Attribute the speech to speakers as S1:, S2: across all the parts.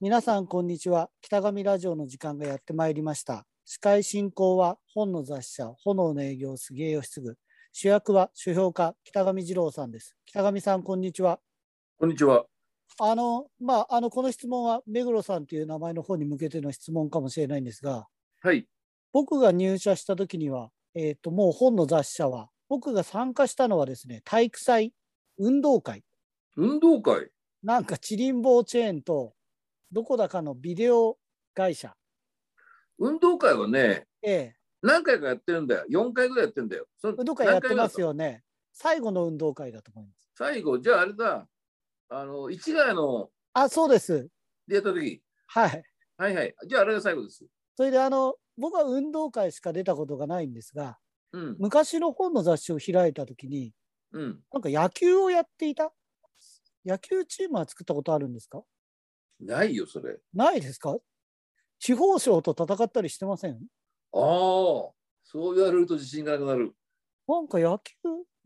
S1: 皆さんこんにちは北上ラジオの時間がやってまいりました司会進行は本の雑誌社炎の営業杉江義嗣主役は書評家北上二郎さんです北上さんこんにちは
S2: こんにちは。
S1: あのまああのこの質問は目黒さんという名前の方に向けての質問かもしれないんですが
S2: はい。
S1: 僕が入社した時には、えー、ともう本の雑誌社は僕が参加したのはですね体育祭運動会
S2: 運動会。
S1: なんかチリンボーチェーンとどこだかのビデオ会社
S2: 運動会はね、
S1: ええ
S2: 何回かやってるんだよ。4回ぐらいやってるんだよ。その
S1: 運動会やってます。
S2: 何回ぐらいだっ
S1: よね最後の運動会だと思います
S2: た最後、じゃああれだ。あの、市ヶ谷の
S1: あそうです
S2: でやった時。
S1: はい
S2: はいはい。じゃああれが最後です。
S1: それであの僕は運動会しか出たことがないんですが
S2: うん。
S1: 昔の本の雑誌を開いた時に
S2: うん。
S1: なんか野球をやっていた野球チームは作ったことあるんですか
S2: ないよ、それ。
S1: ないですか地方省と戦ったりしてません
S2: ああ。そう言われると自信がなくなる。
S1: なんか野球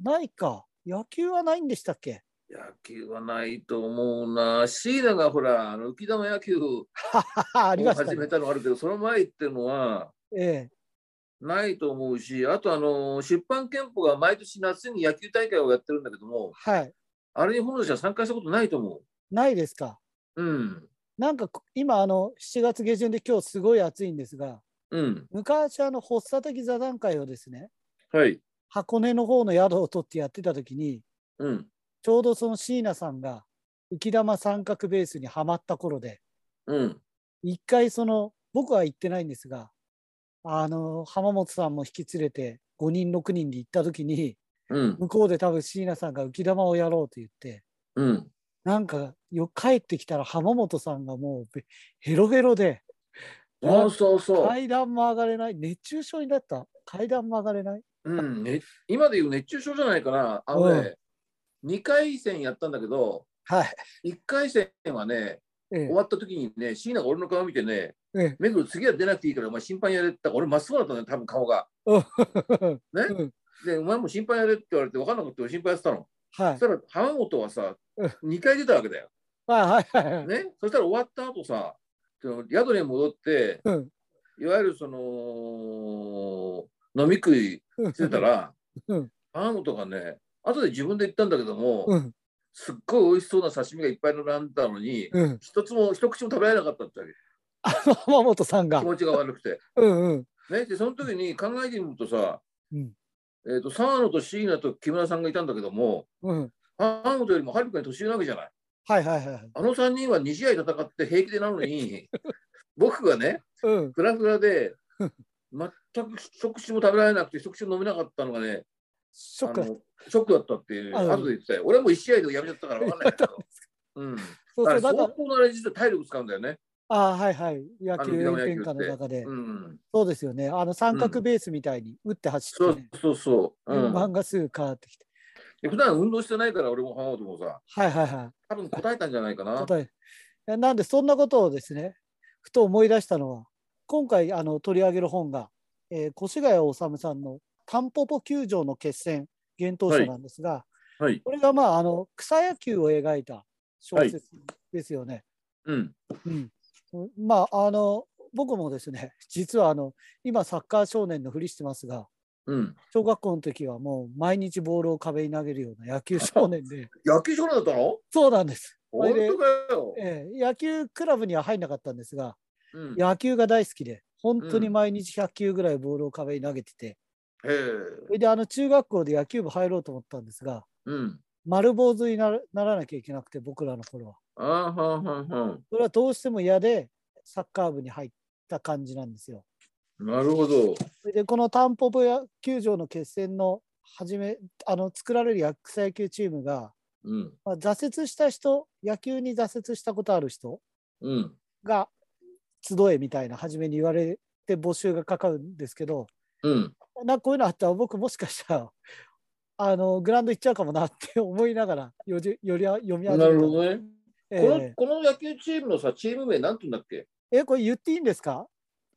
S1: ないか野球はないんでしたっけ
S2: 野球はないと思うな。椎名がほら、あの浮き玉野球を
S1: ありました
S2: 始め
S1: ね。
S2: たのはあるけど、その前っていうのは
S1: ええ、
S2: ないと思うし、あとあの、出版憲法が毎年夏に野球大会をやってるんだけども、
S1: はい。
S2: あれに本社は参加したことないと思
S1: ないですか。
S2: う。うん。
S1: なんかこ今あの7月下旬で今日すごい暑いんですが、
S2: うん。
S1: 昔あの発作的座談会をですね、
S2: はい。
S1: 箱根の方の宿を取ってやってた時に、
S2: うん。
S1: ちょうどその椎名さんが浮玉三角ベースにはまった頃で、
S2: うん。
S1: 一回その僕は行ってないんですがあの浜本さんも引き連れて5人6人で行った時に
S2: うん。
S1: 向こうで多分椎名さんが浮き玉をやろうと言って
S2: うん。
S1: なんかよ帰ってきたら浜本さんがもうべヘロヘロで
S2: そうそうそう。
S1: 階段も上がれない熱中症になった階段も上がれない
S2: うん。ね、今で言う熱中症じゃないかな。あのね、2回戦やったんだけど、
S1: はい、
S2: 1回戦はね、
S1: ええ
S2: 終わった時にね、椎名が俺の顔見てね、
S1: ええ
S2: 目黒次は出なくていいから、お前審判やれって言ったから、俺真っ青だったんだよ、多分顔が。ね
S1: うん
S2: で、お前も審判やれって言われて、分かんなかったから審判やってたの。
S1: はい
S2: そしたら、浜本はさ
S1: うん、
S2: 2回出たわけだよ。
S1: はいはいはいはい
S2: ね。そしたら終わった後さ、その宿に戻って、
S1: うん
S2: いわゆるその飲み食いしてたら、
S1: うん
S2: アーモトがね、後で自分で言ったんだけども、
S1: うん
S2: すっごい美味しそうな刺身がいっぱい並んだのに、
S1: うん
S2: 一つも一口も食べられなかったってわけ
S1: あの浜本さんが
S2: 気持ちが悪くて。
S1: うんうん
S2: ね、でその時に考えてみるとさ、
S1: うん
S2: えー、と沢野と椎名と木村さんがいたんだけども、
S1: うん
S2: アーモトよりもはるかに年上なわけじゃない。
S1: はいはいはいはい
S2: あの3人は2試合戦って平気でな のに、僕がね、
S1: うん
S2: フラフ ラで、全く一口も食べられなくて、一口も飲めなかったのがね、
S1: ショック
S2: あ
S1: だ
S2: のショックだったっていう、
S1: あの
S2: 後で言ってたよ。俺はもう1試合でやめちゃったから分かんないけど。うん、だ
S1: そうそ
S2: から
S1: うだから
S2: 相当なあれ実は体力使うんだよね。
S1: ああはいはい野球
S2: あの
S1: 炎
S2: 野
S1: 天
S2: 球っ
S1: 下
S2: て
S1: の中で、
S2: うん、
S1: そうですよねあの三角ベースみたいに打って走
S2: そ
S1: って、
S2: う
S1: ね
S2: そうそう。うん
S1: 漫画すぐ変わってきて
S2: で普段運動してないから俺も浜本もさ、
S1: はいはいは
S2: 多分答えたんじゃないか
S1: い
S2: な。
S1: 答ええなんでそんなことをですねふと思い出したのは今回あの取り上げる本が、えー越谷治さんの「タンポポ球場の決戦」幻冬舎なんですが、
S2: はい。
S1: これがまああの草野球を描いた小説ですよね。
S2: うん。
S1: うん、まああの僕もですね 実はあの今サッカー少年のふりしてますが
S2: うん。
S1: 小学校の時はもう毎日ボールを壁に投げるような野球少年で
S2: 野球少年だったの
S1: そうなんです、
S2: 本当かよ。
S1: ええ野球クラブには入んなかったんですが
S2: うん、へ
S1: 野球が大好きで本当に毎日100球ぐらいボールを壁に投げてて、
S2: え。
S1: それであの中学校で野球部入ろうと思ったんですが
S2: うん。
S1: 丸坊主にならならなきゃいけなくて僕らの頃は
S2: あーはんはんはん。
S1: それはどうしても嫌でサッカー部に入った感じなんですよ。
S2: なるほど。
S1: それでこのタンポポ野球場の決戦の始めあの作られる草野球チームが、
S2: うん。
S1: まあ、挫折した人野球に挫折したことある人
S2: うん。
S1: が集えみたいな初めに言われて募集がかかるんですけど
S2: うん。
S1: なんかこういうのあったら僕もしかしたらあのグラウンド行っちゃうかもなって思いながらよじよりあ読み始め
S2: な
S1: た
S2: るほどね。
S1: え
S2: この
S1: え
S2: この野球チームのさ、チーム名なんて言うんだっけ
S1: えこれ言っていいんですか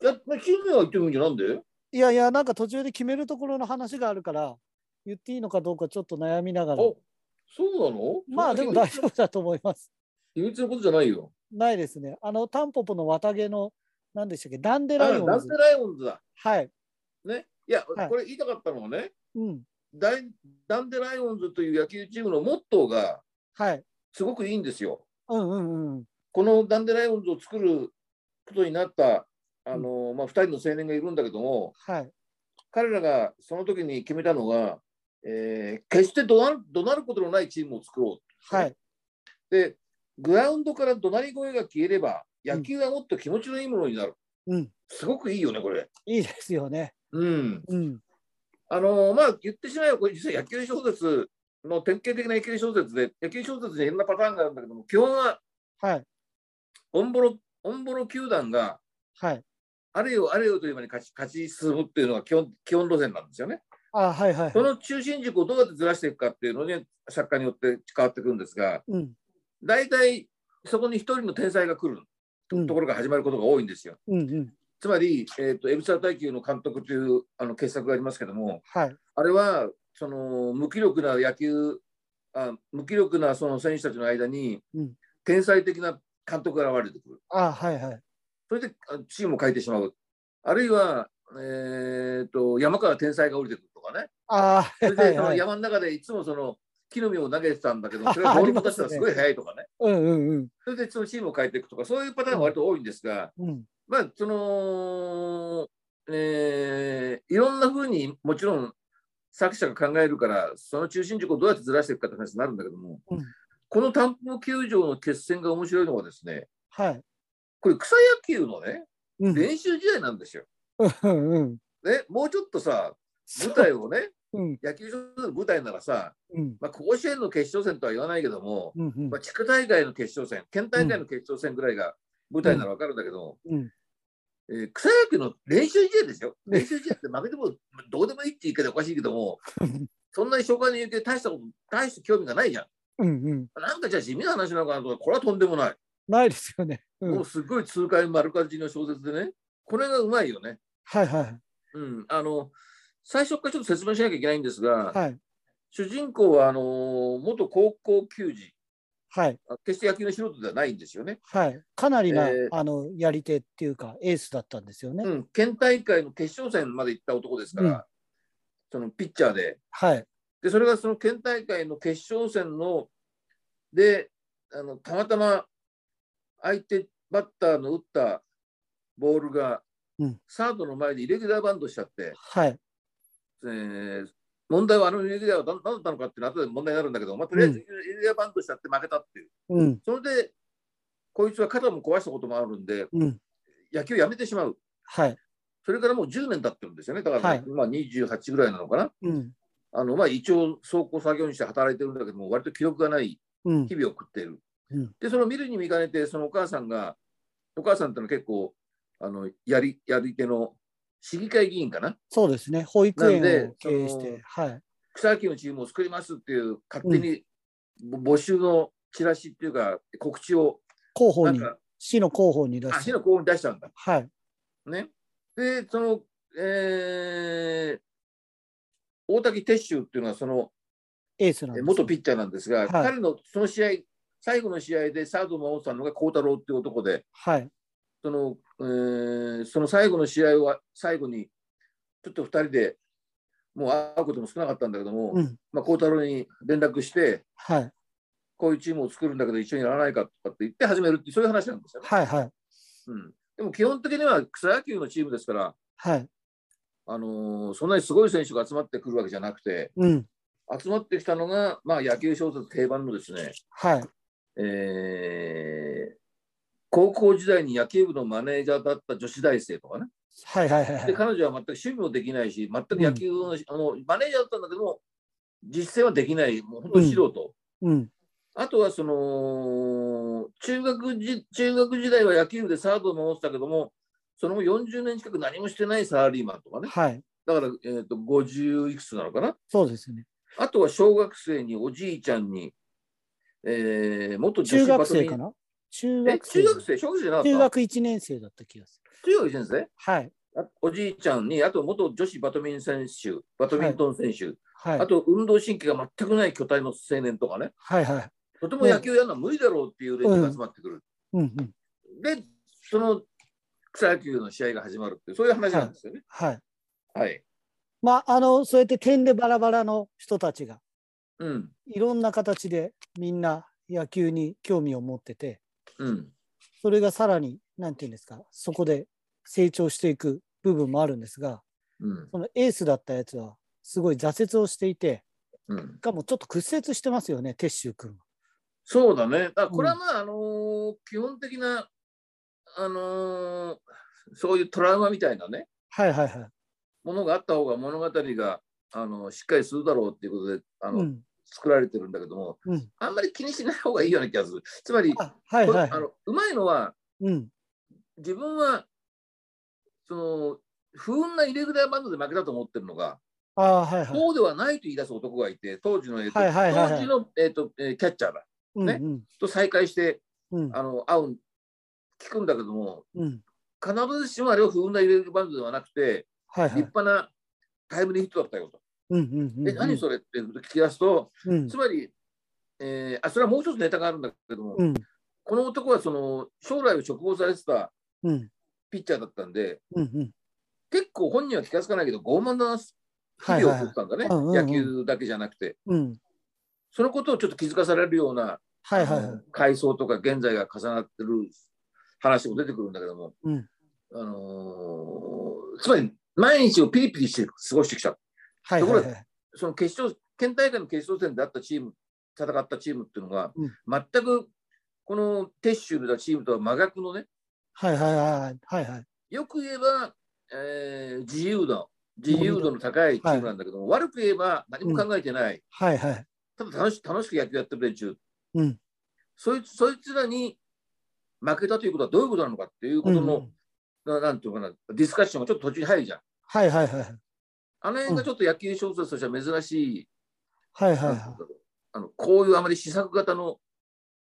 S2: いや、まあチーム名は言ってもいいんじゃなんで
S1: いやいやなんか途中で決めるところの話があるから言っていいのかどうかちょっと悩みながら
S2: おそうなの
S1: まあでも大丈夫だと思います。
S2: 秘密のことじゃないよ。
S1: ないですね。あの、タンポポの綿毛の、何でしたっけ、ダンデ
S2: あ
S1: ラ
S2: ダ
S1: イ
S2: ンデ
S1: オンズ。
S2: ライオンズだ。
S1: はい。
S2: ね。いや、
S1: はい
S2: これ言いたかったのはね、
S1: うん。
S2: ダイダンデライオンズという野球チームのモットーが
S1: はい。
S2: すごくいいんですよ。
S1: うんうんうん。
S2: このダンデライオンズを作ることになった、あのまあ、2人の青年がいるんだけども、
S1: はい。
S2: 彼らがその時に決めたのが、えー決して怒鳴る怒鳴ることのないチームを作ろう、
S1: はい。
S2: で、グラウンドから怒鳴り声が消えれば、野球はもっと気持ちのいいものになる。
S1: うん。
S2: すごくいいよね、これ。
S1: いいですよね。
S2: うん。
S1: うん。
S2: あのまあ、言ってしまえば、これ実は野球小説の典型的な野球小説で、野球小説にいろんなパターンがあるんだけども、基本は
S1: はい。
S2: オンボロ、オンボロ球団が、
S1: はい。
S2: あれよあれよという間に勝ち勝ち進むっていうのが基本基本路線なんですよね。
S1: あ、はい はい
S2: そ
S1: はい。
S2: の中心軸をどうやってずらしていくかっていうのに作家によって変わってくるんですが、
S1: うん。
S2: 大体そこに一人の天才が来る
S1: うん
S2: ところが始まることが多いんですよ。
S1: うんうん。
S2: つまり、えー、とエビサー耐久の監督というあの傑作がありますけども、
S1: はい。
S2: あれはその無気力な野球あ、無気力なその選手たちの間に
S1: うん
S2: 天才的な監督が現れてくる。
S1: あ、はいはい。
S2: それであチームを変えてしまう。あるいは、えー、と山から天才が降りてくるとかね。
S1: あ、は
S2: そ
S1: い
S2: れ
S1: は
S2: で
S1: い
S2: その
S1: はい。
S2: 山の中でいつもその木の実を投げてたんだけ ど、それがボールとしたらすごい速いとかね。
S1: うんうんうん。
S2: それでそのチームを変えていくとか、そういうパターンが割と多いんですが、
S1: うん。
S2: まあ、その、えーいろんなふうにもちろん作者が考えるから、その中心軸をどうやってずらしていくかって話になるんだけども、
S1: うん
S2: この担保球場の決戦が面白いのはですね、
S1: はい。
S2: これ草野球のね、
S1: うん。
S2: 練習試合なんですよ。
S1: うんうん。
S2: ね、もうちょっとさ、舞台をね、
S1: うん
S2: 野球場の舞台ならさ、
S1: うん。
S2: まあ、甲子園の決勝戦とは言わないけども、
S1: うんうん
S2: まあ、地区大会の決勝戦、県大会の決勝戦ぐらいが舞台なら分かるんだけど、
S1: うん
S2: えー草野球の練習試合ですよ、練習試合って負けてもどうでもいいって言い方おかしいけど も、そんなに初回の言うて大したこと、大した興味がないじゃん。
S1: うんうん。
S2: なんかじゃあ地味な話なのかなとか、これはとんでもない。
S1: ないですよね。う
S2: も
S1: ん
S2: う。すごい痛快丸かじりの小説でね、これがうまいよね。
S1: はいはい。
S2: うん、あの最初からちょっと説明しなきゃいけないんですが、
S1: はい。
S2: 主人公はあのー元高校球児、
S1: はい。
S2: あ決して野球の素人ではないんですよね。
S1: はい。かなりな、
S2: えー
S1: あの、やり手っていうか、エースだったんですよね。
S2: うん、県大会の決勝戦まで行った男ですから、
S1: うん
S2: そのピッチャーで
S1: はい。
S2: で、それがその県大会の決勝戦のであの、たまたま相手バッターの打ったボールが、
S1: うん
S2: サードの前でイレギュラーバンドしちゃって、
S1: はい。
S2: えー問題はあのイレギュラーは何何だったのかっていうのは後で問題になるんだけど、まあ、とりあえずイレギュラーバンドしちゃって負けたっていう、
S1: うん。
S2: それでこいつは肩も壊したこともあるんで、
S1: うん。
S2: 野球やめてしまう。
S1: はい。
S2: それからもう10年経ってるんですよね。だから、
S1: はい
S2: まあ28ぐらいなのかな。
S1: うん。
S2: あのまあ、一応、走行作業員して働いてるんだけども、割と記録がない
S1: うん。
S2: 日々を送っている。
S1: うん
S2: で、それを見るに見かねて、そのお母さんが、お母さんってのは結構、あのやりやり手の市議会議員かな、
S1: そうですね。保育園
S2: なんで
S1: を経営し
S2: そ
S1: て
S2: の。
S1: はい。
S2: 草野球のチームを作りますっていう、勝手にぼ募集のチラシっていうか、告知を、
S1: 広報
S2: なん
S1: に、
S2: か、
S1: 市の広報に出
S2: 足
S1: して。
S2: の甲に出したんだ。
S1: はい。
S2: ね。で、その、えー大滝鉄舟っていうのはその
S1: エースなんで
S2: え
S1: す。
S2: 元ピッチャーなんですが、
S1: い
S2: 彼のその試合、最後の試合でサードを守ってたのが幸太郎っていう男で、
S1: はい。
S2: その、えーその最後の試合は最後に、ちょっと2人でもう会うことも少なかったんだけども、
S1: うん。
S2: まあ、幸太郎に連絡して、
S1: はい。
S2: こういうチームを作るんだけど一緒にやらないかとかって言って始めるっていう、そういう話なんですよね。
S1: はい。はい。
S2: うん、でも基本的には草野球のチームですから、
S1: はい。
S2: あのーそんなにすごい選手が集まってくるわけじゃなくて、
S1: うん。
S2: 集まってきたのが、まあ、野球小説定番のですね、
S1: はい。
S2: えー高校時代に野球部のマネージャーだった女子大生とかね、
S1: はい。はい。はい。はい
S2: で。彼女は全く趣味もできないし、全く野球の,、あのマネージャーだったんだけども、実践はできない、もう本当に素人。
S1: うん。
S2: あとはその中学じ、中学時代は野球部でサードを守ってたけども、その後40年近く何もしてないサラリーマンとかね、
S1: はい。
S2: だから、えー、と50いくつなのかな、
S1: そうですね。
S2: あとは小学生におじいちゃんに、えー、元女
S1: 中
S2: 子バ
S1: 学
S2: ドミ
S1: 生
S2: ン
S1: かな中
S2: え
S1: 学生
S2: 中。学生小学生じゃな
S1: 中
S2: かった
S1: 学1年生だった気がする。
S2: 中学生ですね。
S1: はい。
S2: あおじいちゃんに、あと元女子バドミン選手、バドミントン選手、
S1: はい
S2: あ。と運動神経が全くない巨体の青年とかね、
S1: はい。はい。
S2: とても野球やるのは無理だろうっていう連中が集まってくる。
S1: うんうん、
S2: で、その草野球の試合が始まるって、そういう話なんですよね。
S1: はい。
S2: はい。
S1: まあ、あの、そうやって点でバラバラの人たちが、
S2: うん。
S1: いろんな形でみんな野球に興味を持ってて、
S2: うん。
S1: それがさらに、なんていうんですか、そこで成長していく部分もあるんですが、
S2: うん。
S1: そのエースだったやつは、すごい挫折をしていて、
S2: うん。
S1: しかもちょっと屈折してますよね、鉄舟君は。
S2: そうだね。だからこれはまあ、あのー基本的な、あのーそういうトラウマみたいなね、
S1: はいはいはい。
S2: ものがあった方が物語が、あのしっかりするだろうっていうことで、あの、
S1: うん。
S2: 作られてるんだけども、
S1: うん。
S2: あんまり気にしない方がいいような気がする。つまり、
S1: あ、はい
S2: これ
S1: はい
S2: あ。のうまいのは、
S1: うん。
S2: 自分は、その、不運なイレギュラーバンドで負けたと思ってるのが、
S1: ああ、はいはい。
S2: そうではないと言い出す男がいて、当時の、えっと
S1: はいはいはいはい
S2: 当時の、えっとえーキャッチャーだ
S1: うん
S2: ね
S1: うん。
S2: と再会して、
S1: うん
S2: あの会うん聞くんだけども、
S1: うん。
S2: 必ずしもあれを不運なイレギュラーバンドではなくて、
S1: はいはい
S2: 立。派なタイムリーヒットだったよと。
S1: うんうんうん。
S2: え、何それって聞き出すと、
S1: うん
S2: つまり、えーあ、それはもう一つネタがあるんだけども、
S1: うん
S2: この男はその将来を嘱望されてた
S1: うん
S2: ピッチャーだったんで、
S1: うんうん。
S2: 結構本人は気がつかないけど、傲慢な日
S1: はい
S2: 々を
S1: はい
S2: 送ったんだね、
S1: はいはいうんうんうん
S2: 野球だけじゃなくて、
S1: うん。
S2: そのことをちょっと気づかされるような、
S1: はいはいはい
S2: あの。階層とか現在が重なってる話も出てくるんだけども、
S1: うん
S2: あのーつまり毎日をピリピリして過ごしてきた。
S1: はいはいはい。
S2: その決勝、県大会の決勝戦であったチーム、戦ったチームっていうのが、
S1: うん
S2: 全くこの撤収だチームとは真逆のね、
S1: はいはいはいはいはい。
S2: よく言えば、えー自由度、自由度の高いチームなんだけども、悪く言えば何も考えてない、
S1: はいはい。
S2: ただ楽し楽しく野球やってる連中、
S1: うん
S2: そいつ、そいつらに負けたということはどういうことなのかっていうことの、ななんていうのかな、ディスカッションがちょっと途中に入るじゃん。
S1: はいはいはい。
S2: あの辺がちょっと野球小説としては珍しい、
S1: はいはいは
S2: ないんていうんだ。ろうあのこういうあまり試作型の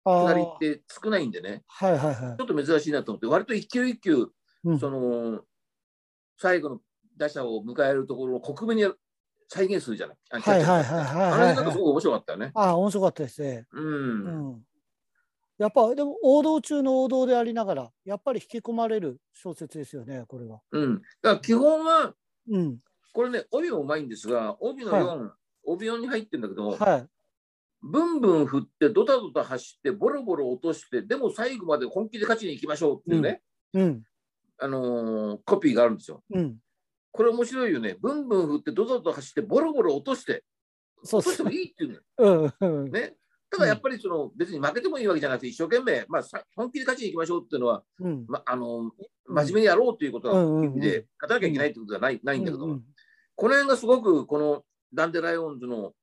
S1: ああ。は
S2: 下
S1: い
S2: りって少ないんでね、
S1: はいは
S2: ちょっと珍しいなと思って、割と一球一球、
S1: い。うん
S2: その最後の打者を迎えるところを克明に再現するじゃない。あの
S1: はいはいはい
S2: あの
S1: はいはい
S2: 辺なんか
S1: は
S2: す
S1: い。
S2: ごい面白かったよね。
S1: ああ、面白かったですね。
S2: う。
S1: うんん。やっぱでも王道中の王道でありながら、やっぱり引き込まれる小説ですよね、これは。
S2: うん。だから基本は、
S1: うん。
S2: これね、帯もうまいんですが、帯の4、帯4に入ってるんだけども、
S1: はい。
S2: ブンブン振って、ドタドタ走って、ボロボロ落として、でも最後まで本気で勝ちに行きましょうっていうね、
S1: うん。
S2: あのーコピーがあるんですよ。
S1: うん。
S2: これ面白いよね。ブンブン振って、ドタドタ走って、ボロボロ落として、
S1: そう
S2: 落と
S1: で
S2: して
S1: す
S2: も。いいっていうのよ
S1: うん。うん
S2: ね。ただやっぱりその別に負けてもいいわけじゃなくて一生懸命、まあ、さ本気で勝ちに行きましょうっていうのは、
S1: うん。
S2: ま、あの真面目にやろうということ
S1: う
S2: は
S1: んうんうん
S2: 意味で勝たなきゃいけないってことはない,、ないんだけども、
S1: うん
S2: この辺がすごくこのダンデライオンズの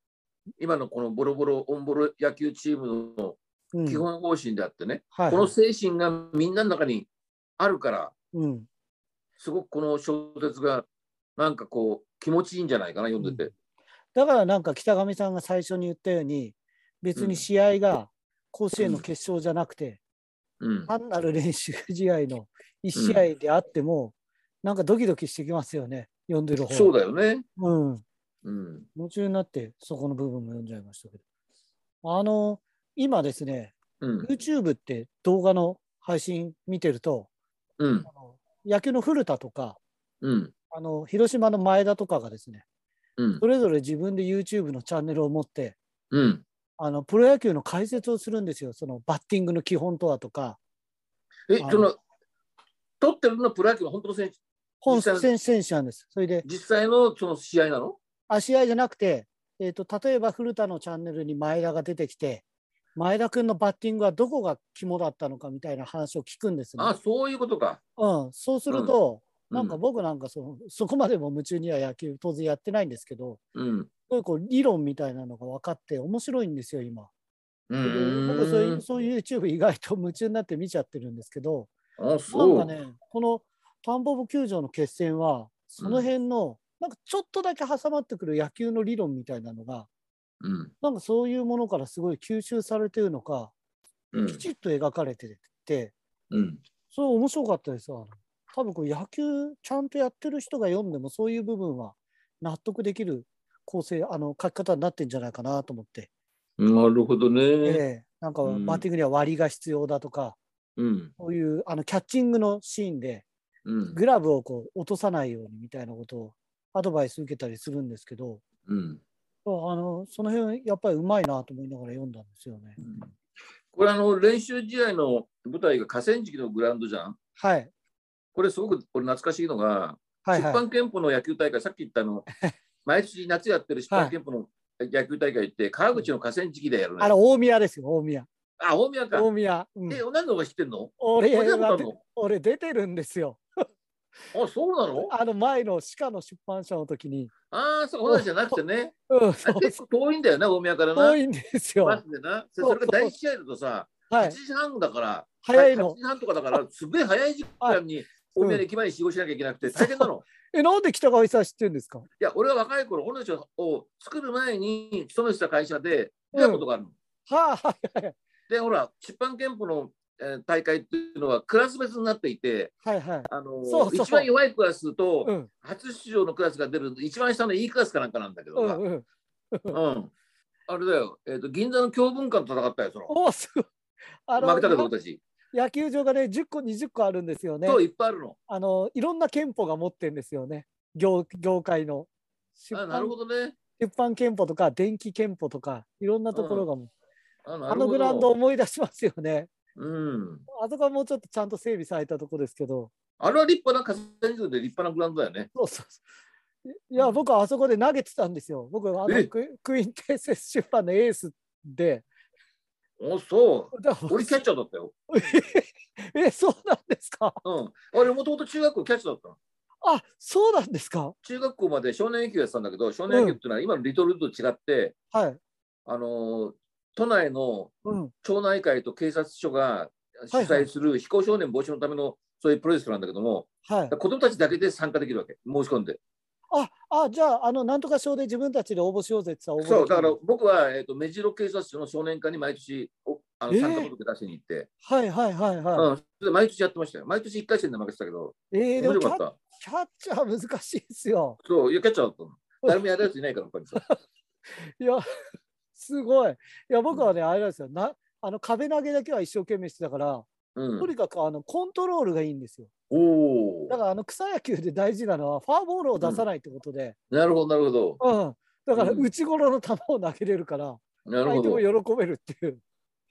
S2: 今のこのボロボロオンボロ野球チームの
S1: うん
S2: 基本方針であってね、
S1: はい
S2: この精神がみんなの中にあるから
S1: うん。
S2: すごくこの小説がなんかこう気持ちいいんじゃないかな読んでて。
S1: だからなんか北上さんが最初に言ったように別に試合が甲子園の決勝じゃなくて、
S2: うん
S1: 単なる練習試合の1試合であっても、なんかドキドキしてきますよね読んでる方
S2: そう
S1: だ、
S2: だよね。
S1: うん、
S2: うん。
S1: 夢中になってそこの部分も読んじゃいましたけどあの今ですね
S2: うん。
S1: YouTube って動画の配信見てると
S2: うん
S1: あ。の野球の古田とか
S2: うん。
S1: あの広島の前田とかがですね
S2: うん
S1: そ。れぞれ自分で YouTube のチャンネルを持って
S2: うん。
S1: あのプロ野球の解説をするんですよ、そのバッティングの基本とはとか、
S2: え、
S1: あの
S2: その、取ってるのはプロ野球の本当の選手、
S1: 本
S2: 実際の
S1: 選選手なんです。それで、
S2: 実際のその試合なの
S1: あ試合じゃなくて、えーと、例えば古田のチャンネルに前田が出てきて、前田君のバッティングはどこが肝だったのかみたいな話を聞くんですね。
S2: あ、そういうことか。
S1: うん、そうすると、
S2: うん
S1: なんか僕なんかそのそこまでも夢中には野球、当然やってないんですけど、
S2: うん。
S1: そういうこう理論みたいなのが分かって、面白いんですよ、今。
S2: う
S1: で僕そうい
S2: ー。
S1: うんそういう YouTube 意外と夢中になって見ちゃってるんですけど、
S2: あ、
S1: なん
S2: そ
S1: か
S2: う。
S1: ね、このタンポポ球場の決戦は、その辺の、なんかちょっとだけ挟まってくる野球の理論みたいなのが、
S2: うん。
S1: なんかそういうものからすごい吸収されてるのか、
S2: うん
S1: きちっと描かれてて、
S2: うん。
S1: それ面白かったです。あの多分こう野球ちゃんとやってる人が読んでもそういう部分は納得できる構成、あの書き方になってんじゃないかなと思って。
S2: なるほどね。
S1: ええなんか
S2: うん
S1: バッティングには割りが必要だとか、
S2: うん。
S1: そういうあのキャッチングのシーンで、
S2: うん。
S1: グラブをこう落とさないようにみたいなことをアドバイス受けたりするんですけど、
S2: うん。
S1: あのその辺やっぱりうまいなと思いながら読んだんですよね。
S2: これあの練習試合の舞台が河川敷のグラウンドじゃん。
S1: はい、
S2: これすごく俺懐かしいのが、
S1: はい、
S2: 出
S1: はい。
S2: 版憲法の野球大会、さっき言ったあの、毎年夏やってる出版憲法の野球大会って、川口の河川敷でやるね。
S1: あれ、大宮ですよ、大宮。
S2: あ、大宮か。
S1: 大宮。うん
S2: え、何の方が知ってんの
S1: 俺
S2: 俺
S1: は
S2: は
S1: で俺出てるんですよ。
S2: あ、そうなの
S1: あの前の鹿の出版社の時に。
S2: ああ、そうそうじゃなくてね。
S1: うん、
S2: あ
S1: そ
S2: れ
S1: う
S2: 結構遠いんだよな、大宮からな
S1: 遠。いんですよ。
S2: バ
S1: は
S2: スでな。そ
S1: そう
S2: れが第一試合だとさ、8
S1: い。
S2: 時半だから、
S1: 早いの
S2: 8。時半とか だから、すごい早い時間に大宮の駅前に集合しなきゃいけなくて、大変 なの。
S1: え、なんで北川さん知ってるんですか
S2: いや、俺は若い頃、俺たちを作る前に勤めてた会社で、
S1: うん
S2: 見たことがあるの。
S1: はあ、はいはい
S2: で、ほら、出版憲法の、えー大会っていうのはクラス別になっていて、
S1: はいはい。
S2: あのー
S1: そうそう
S2: 一番弱いクラスと、
S1: うん、
S2: 初出場のクラスが出る、一番下の E クラスかなんかなんだけ
S1: う
S2: どさ、
S1: ん、
S2: うん
S1: うん。
S2: あれだよ、えーと、銀座の教文館と戦ったよ、その
S1: おお、すごい。あ
S2: 負けたけど、
S1: の
S2: 俺たち。
S1: 野球場がね、10個、20個あるんですよね。
S2: そう、いっぱいあるの。
S1: あの、いろんな憲法が持ってるんですよね。業業界の出
S2: あなる
S1: 版
S2: ほどね。
S1: 出版憲法とか、電気憲法とか、いろんなところがもう、
S2: あ
S1: あのグラウンド。思い出しますよね。
S2: なるほどうん。
S1: あそこはもうちょっとちゃんと整備されたとこですけど。
S2: あれは立派な河川敷で立派なグラウンドだよね。
S1: そうそうそう。いいや、僕はあそこで投げてたんですよ。僕はあの
S2: え
S1: クイクインテッセス出版のエースで。
S2: おそう。
S1: だから
S2: 俺キャッチャーだったよ。
S1: え、そうなんですか
S2: うん。俺もともと中学校キャッチャーだったの。
S1: あ、そうなんですか
S2: 中学校まで少年野球やってたんだけど、少年野球ってのは今のリトルと違って、
S1: はい。
S2: あのー都内の
S1: うん。
S2: 町内会と警察署が主
S1: はいはい
S2: 催する非行少年防止のためのそういうプロジェクトなんだけども、
S1: はい。
S2: 子供たちだけで参加できるわけ、申し込んで。
S1: あ、あ、じゃあ、あの、なんとか賞で自分たちで応募しようぜって言ったら
S2: そ
S1: 応募でき
S2: う、だ
S1: る
S2: から僕は、えー、と目白警察署の少年課に毎年おあの
S1: えー
S2: 参加届出しに行って、
S1: はいはいはいは
S2: うん、それで毎年やってましたよ。毎年1回戦で負けてたけど、
S1: い。えー、で
S2: 面
S1: も
S2: 白
S1: キ
S2: かっ
S1: ャ
S2: た。
S1: キャッチャー難しいですよ。
S2: そう、いや、キャッチャーだったの。誰もやるやついないから、やっぱりさ。
S1: いや、すごい。いや、僕はね、あれなんですよ。なあの壁投げだけは一生懸命してたから、
S2: う
S1: と
S2: ん、
S1: にかくあのコントロールがいいんですよ。
S2: おお
S1: だ、からあの草野球で大事なのはファーボールを出さないってことで、
S2: なるほど、なるほど。
S1: うんだから
S2: うん
S1: 内頃の球を投げれるから、
S2: なる
S1: 相
S2: ほ
S1: 手
S2: ど。
S1: も喜べるっていう。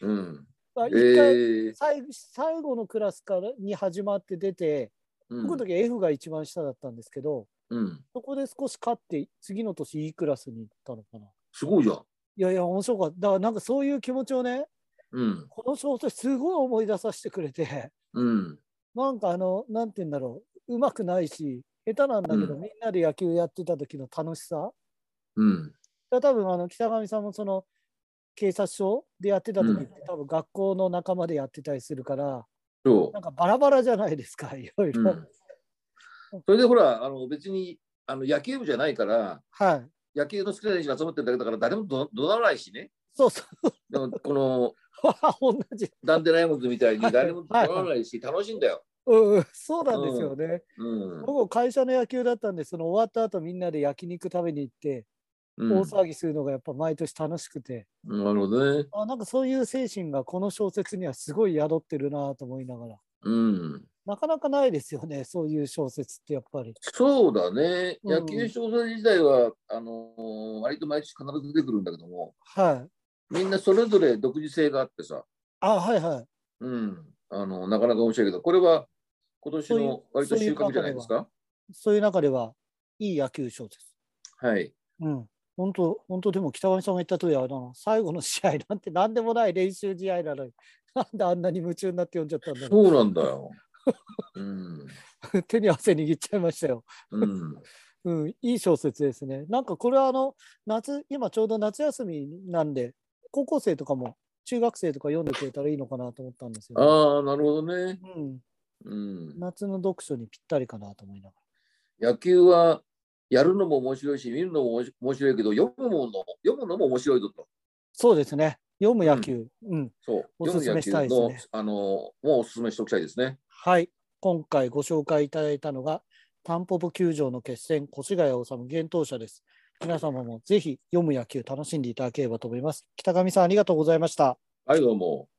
S2: うん、
S1: だ
S2: え
S1: から一回
S2: ー
S1: 最最後のクラスからに始まって出て、
S2: うん
S1: 僕の時 F が一番下だったんですけど、
S2: うん、
S1: そこで少し勝って、次の年 E クラスに行ったのかな。
S2: すごいじゃん。
S1: いやいや、面白かった。だからなんかそういう気持ちをね、
S2: うん、
S1: この小説すごい思い出させてくれて、
S2: うん、
S1: なんかあの、なんて言うんだろう、うまくないし、下手なんだけど、
S2: うん
S1: みんなで野球やってた時の楽しさ。
S2: うん、
S1: だから多分あの北上さんもその警察署でやってた時って、
S2: うん
S1: 多分学校の仲間でやってたりするから
S2: そ。
S1: なんかバラバラじゃないですかいろいうろ、
S2: うん、それでほら、あの別にあの野球部じゃないから、
S1: はい
S2: 野球の好きな選手が集まってるだけだから、誰もど怒鳴らないしね。
S1: そうそう
S2: でもこの
S1: 同じ、
S2: ダンデライモンズみたいに誰も怒
S1: はい
S2: 鳴らないし、楽しいんだよ。
S1: うんうん、そうなんですよね、
S2: うん、
S1: 僕会社の野球だったんでその終わった後みんなで焼肉食べに行って
S2: うん
S1: 大騒ぎするのがやっぱ毎年楽しくて、
S2: なるほどね。
S1: あなんかそういう精神がこの小説にはすごい宿ってるなと思いながら
S2: うん、
S1: なかなかないですよねそういう小説ってやっぱり
S2: そうだね。
S1: うん
S2: 野球小説自体は、あのー割と毎年必ず出てくるんだけども、
S1: はい
S2: みんなそれぞれ独自性があってさ、
S1: あはいはい
S2: うん、あのなかなか面白いけど、これは今年
S1: そういう
S2: の割と
S1: そうい
S2: 収
S1: う
S2: 穫じゃないですか。
S1: そういう中ではいい野球賞です。
S2: はい。
S1: うん。本当、本当でも北上さんが言った通りあれだな、最後の試合なんて何でもない練習試合なのに、なんであんなに夢中になって読んじゃったんだろ
S2: そうなんだよ。うん。
S1: う。 手に汗握っちゃいましたよ。
S2: うん。
S1: うん、いい小説ですね。なんかこれはあの、夏、今ちょうど夏休みなんで、高校生とかも中学生とか読んでくれたらいいのかなと思ったんですよ、
S2: ああ、なるほどね。
S1: うん。
S2: うん。
S1: 夏の読書にぴったりかなと思いなが
S2: 野球はやるのも面白いし、見るのも面白いけど、読むもの、読むのも面白いぞと。
S1: ら。そうですね。読む野球。うん
S2: そう。
S1: おすすめし
S2: 読
S1: た
S2: む
S1: い
S2: 野
S1: で
S2: 球
S1: す
S2: の、
S1: ね
S2: あの、もうおすすめしておきたいですね。
S1: はい。今回ご紹介いただいたのが、タンポポ球場の決戦、越谷治幻冬舎です。皆様もぜひ読む野球楽しんでいただければと思います。北上さんありがとうございました。
S2: はい、どうも。